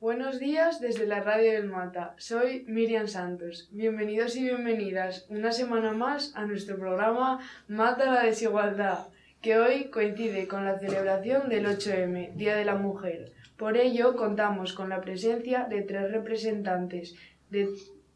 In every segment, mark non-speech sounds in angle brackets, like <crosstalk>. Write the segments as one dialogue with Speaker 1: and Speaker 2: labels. Speaker 1: Buenos días desde la Radio del Mata. Soy Miriam Santos. Bienvenidos y bienvenidas una semana más a nuestro programa Mata la Desigualdad, que hoy coincide con la celebración del 8M, Día de la Mujer. Por ello, contamos con la presencia de tres representantes de,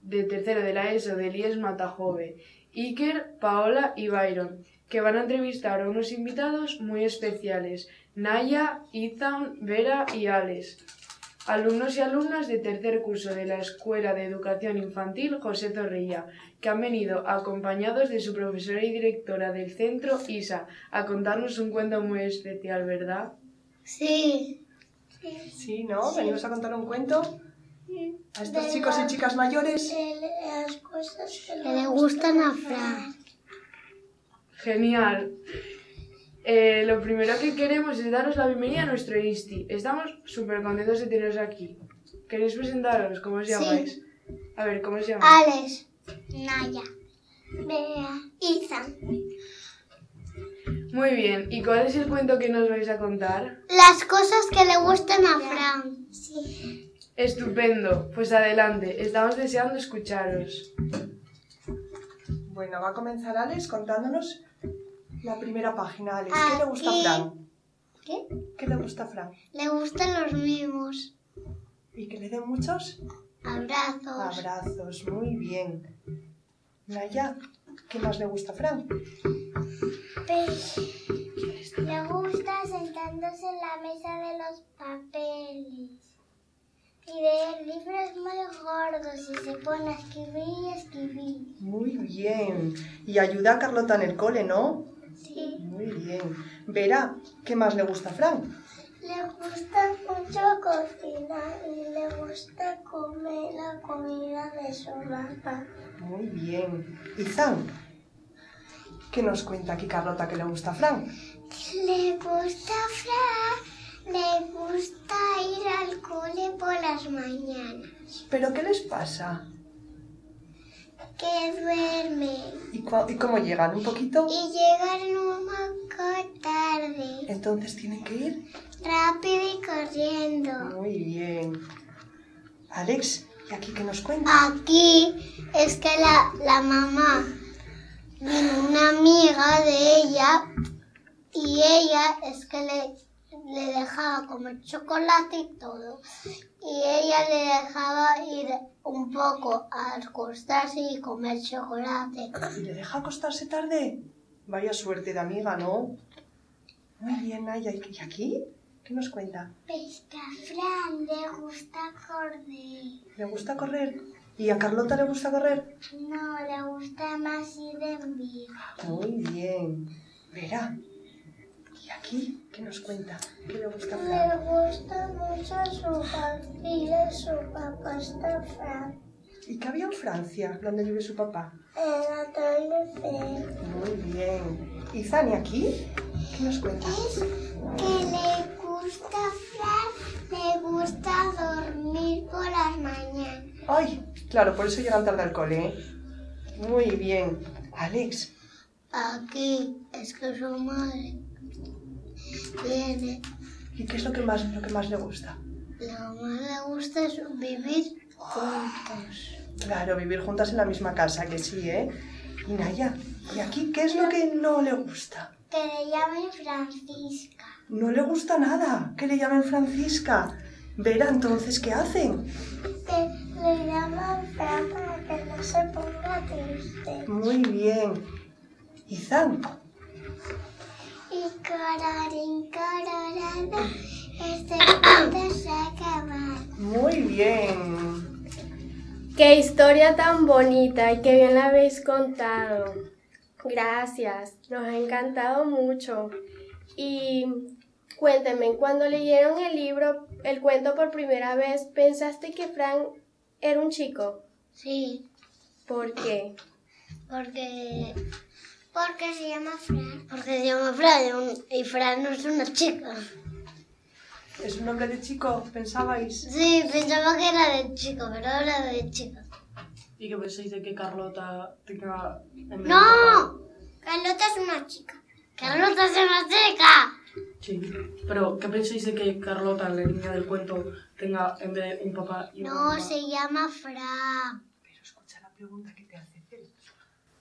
Speaker 1: de tercero de la ESO del E IES Matajove, Iker, Paola y Byron, que van a entrevistar a unos invitados muy especiales, Naya, Ethan, Vera y Alex. Alumnos y alumnas de tercer curso de la Escuela de Educación Infantil José Zorrilla, que han venido acompañados de su profesora y directora del centro, Isa, a contarnos un cuento muy especial, ¿verdad?
Speaker 2: Sí.
Speaker 3: Sí, ¿no? Venimos a contar un cuento a estos chicos y chicas mayores.
Speaker 2: las cosas que le gustan a Fran.
Speaker 1: Genial. Eh, lo primero que queremos es daros la bienvenida a nuestro INSTI. Estamos súper contentos de teneros aquí. ¿Queréis presentaros? ¿Cómo os
Speaker 2: Sí. Ah.
Speaker 1: llamáis? A ver, ¿cómo os llamáis?
Speaker 2: Alex. Naya. Bea. Izan.
Speaker 1: Muy bien. ¿Y cuál es el cuento que nos vais a contar?
Speaker 2: Las cosas que le gustan a Fran.
Speaker 1: Estupendo. Pues adelante. Estamos deseando escucharos.
Speaker 3: Bueno, va a comenzar Alex contándonos la primera página. Alex, ¿qué le gusta a
Speaker 2: Aquí.
Speaker 3: Fran?
Speaker 2: ¿Qué?
Speaker 3: ¿Qué le gusta a Fran?
Speaker 2: Le gustan los mimos,
Speaker 3: ¿Y que le den muchos
Speaker 2: abrazos,
Speaker 3: abrazos? Muy bien. Naya, ¿qué más le gusta a Fran?
Speaker 2: Le gusta sentándose en la mesa de los papeles. Y leer libros muy gordos y se pone a escribir y escribir.
Speaker 3: Muy bien. Y ayuda a Carlota en el cole, ¿no?
Speaker 2: Sí.
Speaker 3: Muy bien. Vera, ¿qué más le gusta a Fran?
Speaker 2: Le gusta mucho cocinar y le gusta comer la comida de su mamá.
Speaker 3: Muy bien. ¿Y Zan? ¿Qué nos cuenta aquí Carlota que le gusta a Fran?
Speaker 2: Le gusta Fran, le gusta ir al cole por las mañanas.
Speaker 3: ¿Pero qué les pasa?
Speaker 2: Que duerme
Speaker 3: ¿Y, cua- y cómo llegan? ¿Un poquito?
Speaker 2: y llega un poco tarde,
Speaker 3: Entonces tienen que ir.
Speaker 2: rápido y corriendo.
Speaker 3: Muy bien. Alex, ¿y aquí qué nos cuenta?
Speaker 2: Aquí es que la, la mamá vino una amiga de ella y ella es que le, le dejaba comer chocolate y todo. Y ella le dejaba ir un poco a acostarse y comer chocolate.
Speaker 3: ¿Y le deja acostarse tarde? Vaya suerte de amiga, ¿no? Muy bien, Naya. ¿Y y aquí? ¿Qué nos cuenta?
Speaker 2: Pesca Fran le gusta correr.
Speaker 3: ¿Le gusta correr? ¿Y a Carlota le gusta correr?
Speaker 2: No, le gusta más ir en vida.
Speaker 3: Muy bien. Verá. ¿Y aquí? ¿Qué nos cuenta? ¿Qué le gusta a
Speaker 2: Le
Speaker 3: Fran?
Speaker 2: gusta mucho su familia, su papá está Fran.
Speaker 3: ¿Y qué había en Francia, donde vive su papá?
Speaker 2: El atardecer.
Speaker 3: Muy bien. ¿Y Zani aquí? ¿Qué nos cuenta?
Speaker 2: Que le gusta Fran, le gusta dormir por las mañanas.
Speaker 3: Ay, claro, por eso llegan tarde al cole. ¿eh? Muy bien. Alex,
Speaker 2: Aquí es que su madre tiene.
Speaker 3: ¿y qué es lo que más, lo que más le gusta?
Speaker 2: La mamá le gusta su- vivir juntos.
Speaker 3: Claro, vivir juntas en la misma casa, que sí, ¿eh? Y Naya, ¿y aquí qué es lo que no le gusta?
Speaker 2: Que le llamen Francisca.
Speaker 3: No le gusta nada, que le llamen Francisca. Verá entonces qué hacen.
Speaker 2: Que le llaman Fran para que no se ponga triste.
Speaker 3: Muy bien. ¿Y Zan?
Speaker 2: Y cararín, cararara, este cuento se ha acabado.
Speaker 3: Muy bien.
Speaker 4: Qué historia tan bonita y qué bien la habéis contado. Gracias, nos ha encantado mucho. Y cuéntenme, cuando leyeron el libro, el cuento por primera vez, ¿pensaste que Frank era un chico?
Speaker 2: Sí,
Speaker 4: ¿Por qué?
Speaker 2: porque... Porque se llama Fran. Porque se llama Fran y, un- y Fran no es una chica.
Speaker 3: ¿Es un nombre de chico, pensabais?
Speaker 2: Sí, pensaba que era de chico, pero era de chica.
Speaker 5: ¿Y qué pensáis de que Carlota tenga... en mente?
Speaker 2: ¡No! Carlota es una chica. ¡Carlota es una chica!
Speaker 5: Sí. Pero, ¿qué pensáis de que Carlota, la niña del cuento, tenga en vez de un papá y una
Speaker 2: No,
Speaker 5: mamá?
Speaker 2: se llama Fra.
Speaker 3: Pero escucha la pregunta que te hace Cel.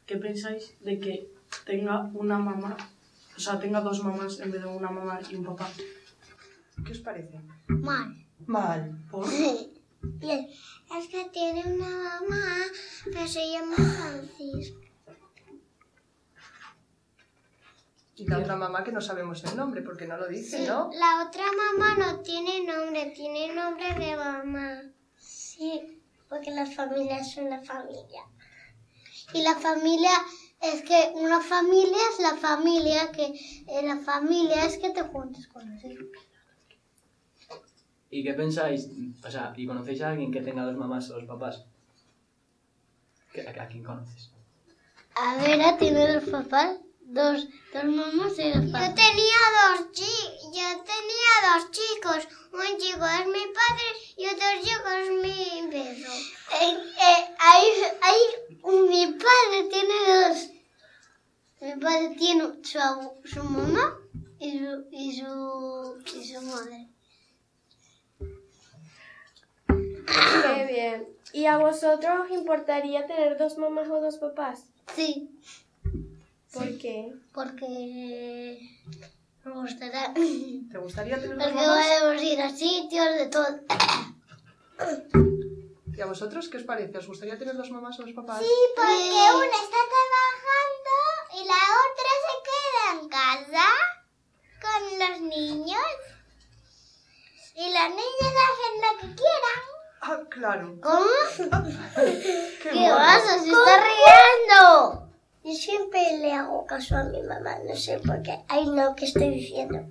Speaker 5: ¿Qué pensáis de que tenga una mamá, o sea, tenga dos mamás en vez de una mamá y un papá?
Speaker 3: ¿Qué os parece?
Speaker 2: Mal.
Speaker 3: Mal. ¿Por?
Speaker 2: <laughs> Bien. Es que tiene una mamá que se llama Francis.
Speaker 3: Y la otra mamá que no sabemos el nombre porque no lo dice, ¿no?
Speaker 2: La otra mamá no tiene nombre, tiene nombre de mamá. Sí, porque las familias son la familia. Y la familia es que una familia es la familia, que eh, la familia es que te juntes con los hijos.
Speaker 6: ¿Y qué pensáis? O sea, ¿y conocéis a alguien que tenga dos mamás o dos papás? ¿Qué- ¿A, a quién conoces?
Speaker 2: A ver, ha tenido los papás dos, dos mamás y los papás. Yo tenía dos chicos, yo tenía dos chicos. Un chico es mi padre y otro chico es mi perro. Eh, hay, mi padre tiene dos. Mi padre tiene su, abu- su mamá y su, y su, y su madre.
Speaker 4: Qué bien. ¿Y a vosotros os importaría tener dos mamás o dos papás?
Speaker 2: Sí,
Speaker 4: ¿Por qué?
Speaker 2: porque me gustará.
Speaker 3: ¿Te gustaría tener dos
Speaker 2: Porque
Speaker 3: mamás?
Speaker 2: podemos ir a sitios de todo.
Speaker 3: ¿Y a vosotros qué os parece? ¿Os gustaría tener dos mamás o dos papás?
Speaker 2: porque una está trabajando y la otra se queda en casa con los niños. Y los niños hacen lo que quieran.
Speaker 3: Ah, claro.
Speaker 2: ¿Cómo? <laughs>
Speaker 3: ¡Qué,
Speaker 2: ¿Qué
Speaker 3: mono!
Speaker 2: pasa? ¡Se está riendo! Yo siempre le hago caso a mi mamá, no sé por qué. Ay, no, ¿qué estoy diciendo?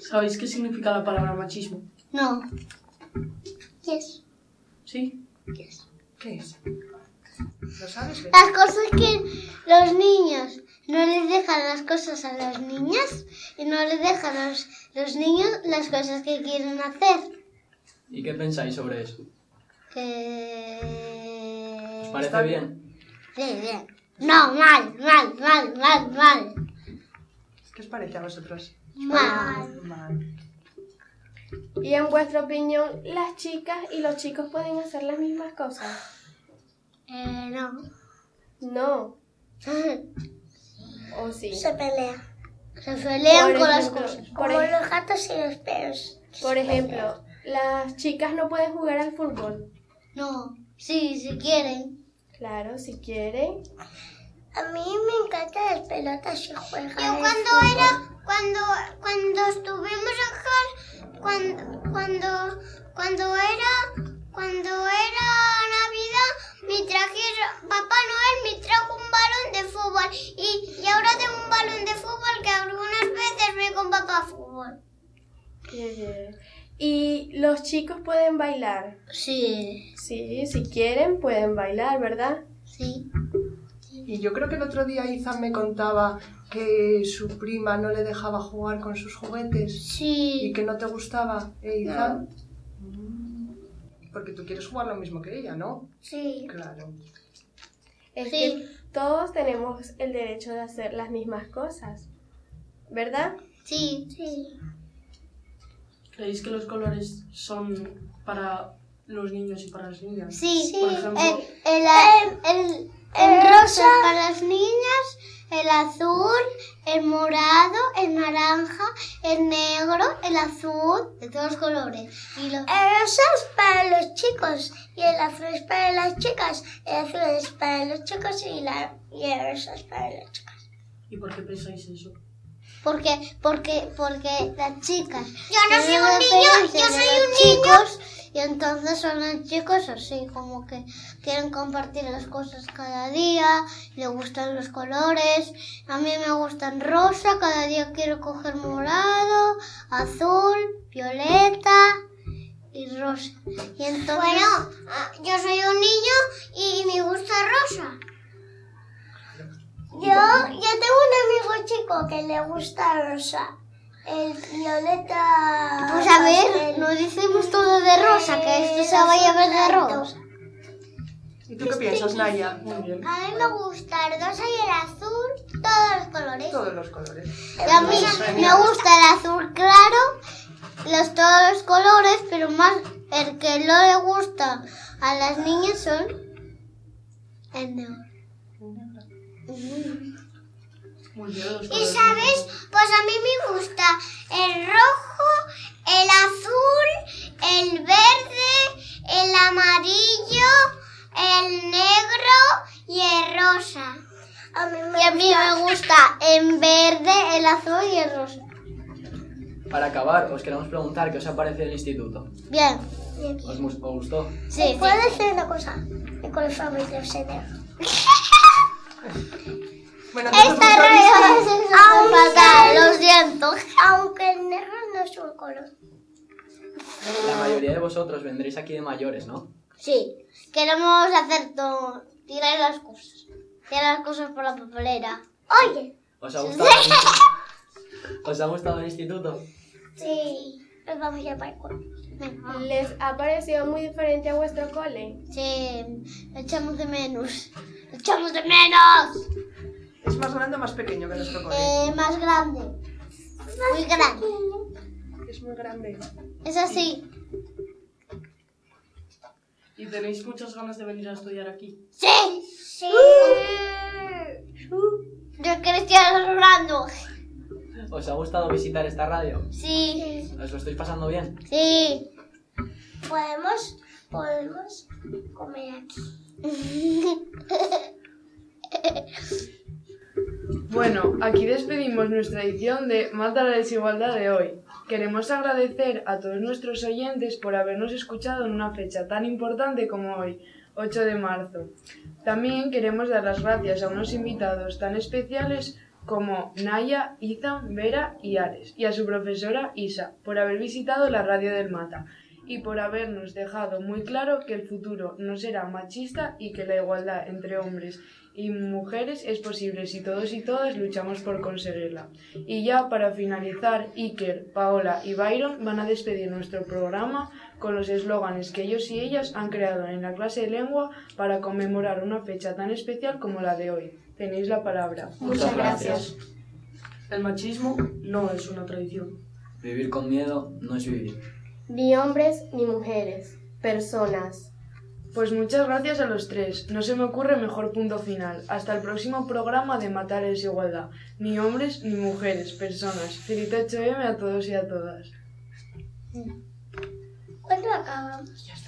Speaker 5: ¿Sabéis qué significa la palabra machismo?
Speaker 2: No. Yes.
Speaker 5: ¿Sí?
Speaker 3: ¿Qué es? ¿Lo sabes? Belén?
Speaker 2: Las cosas que los niños no les dejan las cosas a las niñas y no les dejan a los, los niños las cosas que quieren hacer.
Speaker 6: ¿Y qué pensáis sobre eso?
Speaker 2: Que...
Speaker 6: ¿Os parece
Speaker 3: Está
Speaker 6: bien?
Speaker 2: Sí, bien. No, mal, mal, mal, mal, mal.
Speaker 3: ¿Qué os parece a vosotros?
Speaker 2: Mal.
Speaker 3: Mal.
Speaker 4: ¿Y en vuestra opinión, las chicas y los chicos pueden hacer las mismas cosas?
Speaker 2: Eh, no.
Speaker 4: No, o sí.
Speaker 2: pelea. Se pelean
Speaker 4: Por
Speaker 2: con las
Speaker 4: ejemplo,
Speaker 2: cosas.
Speaker 4: por ej-
Speaker 2: los gatos y los perros.
Speaker 4: Por ejemplo, las chicas no pueden jugar al fútbol.
Speaker 2: No. Sí, si quieren.
Speaker 4: Claro, si quieren.
Speaker 2: A mí me encantan las pelotas y juegan. Yo cuando era, cuando, cuando estuvimos en Jar, cuando, cuando, cuando era, cuando era Navidad, me trajeron, Papá Noel me trajo un balón de fútbol y, y ahora tengo un balón de fútbol que algunas veces voy con papá a fútbol.
Speaker 4: Qué bien. ¿Y los chicos pueden bailar?
Speaker 2: Sí,
Speaker 4: Sí, si quieren pueden bailar, ¿verdad?
Speaker 2: sí.
Speaker 3: Y yo creo que el otro día Izan me contaba que su prima no le dejaba jugar con sus juguetes y
Speaker 2: Sí,
Speaker 3: que no te gustaba, ¿eh, Izan? Mm. Porque tú quieres jugar lo mismo que ella, ¿no?
Speaker 2: sí.
Speaker 3: Claro.
Speaker 4: Es
Speaker 2: Sí.
Speaker 4: que todos tenemos el derecho de hacer las mismas cosas, ¿verdad?
Speaker 2: Sí, sí.
Speaker 5: ¿Creéis que los colores son para los niños y para las niñas?
Speaker 2: Sí, Eh,
Speaker 5: Por ejemplo,
Speaker 2: el, el- el rosa para las niñas, el azul, el morado, el naranja, el negro, el azul, de todos colores. el rosa es para los chicos y el azul es para las chicas. El azul es para los chicos y, la, y el rosa es para las chicas.
Speaker 5: ¿y por qué pensáis eso?
Speaker 2: Porque, porque, porque las chicas. Yo no soy un niño, yo soy un chicos, Y entonces son los chicos así, como que quieren compartir las cosas cada día, le gustan los colores. A mí me gustan rosa, cada día quiero coger morado, azul, violeta y rosa. Y entonces. Bueno, ah, yo soy un niño y me gusta rosa. Yo, yo tengo un amigo chico que le gusta rosa. El violeta. Pues a ver, no decimos todo de rosa, que esto se vaya a ver de rosa.
Speaker 3: ¿Y tú qué piensas, Naya?
Speaker 5: Muy bien.
Speaker 2: A mí me gusta el rosa y el azul todos los colores.
Speaker 3: Todos los colores.
Speaker 2: Y a mí me gusta el azul claro, los todos los colores, pero más el que no le gusta a las niñas son el negro.
Speaker 5: Muy bien, los
Speaker 7: Y
Speaker 5: colores.
Speaker 7: sabes, pues a mí me gusta el rojo, el azul, el verde, el amarillo, el negro y el rosa.
Speaker 2: A mí me y a mí me gusta en verde, el azul y el rosa.
Speaker 6: Para acabar, os queremos preguntar qué os ha parecido el instituto.
Speaker 2: Bien.
Speaker 6: ¿Os, mus- os gustó?
Speaker 2: Sí, ¿Puedo decir una cosa? Mi color favorito es el negro.
Speaker 3: Bueno, entonces vosotros
Speaker 2: radio aún fatal, lo siento.
Speaker 7: Aunque el negro no es un color.
Speaker 6: La mayoría de vosotros vendréis aquí de mayores, ¿no?
Speaker 2: Sí, queremos hacer todo. Tirar las cosas. Tirar las cosas por la papelera.
Speaker 7: Oye,
Speaker 6: ¿Os ha gustado el instituto? ¿Os ha gustado el instituto?
Speaker 7: sí, nos vamos a ir para el cuarto.
Speaker 4: ¿Les ha parecido muy diferente a vuestro cole?
Speaker 2: Sí, lo echamos de menos. ¡Lo echamos de menos!
Speaker 3: Es más grande o más pequeño que nuestro cole.
Speaker 2: Eh, más grande. Muy grande.
Speaker 3: Es muy grande.
Speaker 2: Es así.
Speaker 5: ¿Y tenéis muchas ganas de venir a estudiar aquí?
Speaker 2: ¡Sí!
Speaker 7: Sí.
Speaker 2: Yo Cristiano Ronaldo.
Speaker 6: ¿Os ha gustado visitar esta radio?
Speaker 2: Sí.
Speaker 6: ¿Os lo estáis pasando bien?
Speaker 2: Sí.
Speaker 7: Podemos, podemos comer aquí.
Speaker 1: Bueno, aquí despedimos nuestra edición de Mata la desigualdad de hoy. Queremos agradecer a todos nuestros oyentes por habernos escuchado en una fecha tan importante como hoy, 8 de marzo. También queremos dar las gracias a unos invitados tan especiales como Naya, Izan, Vera y Ares, y a su profesora Isa por haber visitado la radio del Mata y por habernos dejado muy claro que el futuro no será machista y que la igualdad entre hombres y mujeres es posible si todos y todas luchamos por conseguirla. Y ya para finalizar, Iker, Paola y Byron van a despedir nuestro programa con los eslóganes que ellos y ellas han creado en la clase de lengua para conmemorar una fecha tan especial como la de hoy. Tenéis la palabra.
Speaker 6: Muchas gracias.
Speaker 5: El machismo no es una tradición.
Speaker 6: Vivir con miedo no es vivir.
Speaker 4: Ni hombres ni mujeres, personas.
Speaker 1: Pues muchas gracias a los tres. No se me ocurre mejor punto final. Hasta el próximo programa de Matar la Desigualdad. Ni hombres ni mujeres, personas. Felicito 8M a todos y a todas.
Speaker 7: ¿Cuándo acabamos?
Speaker 5: Ya está.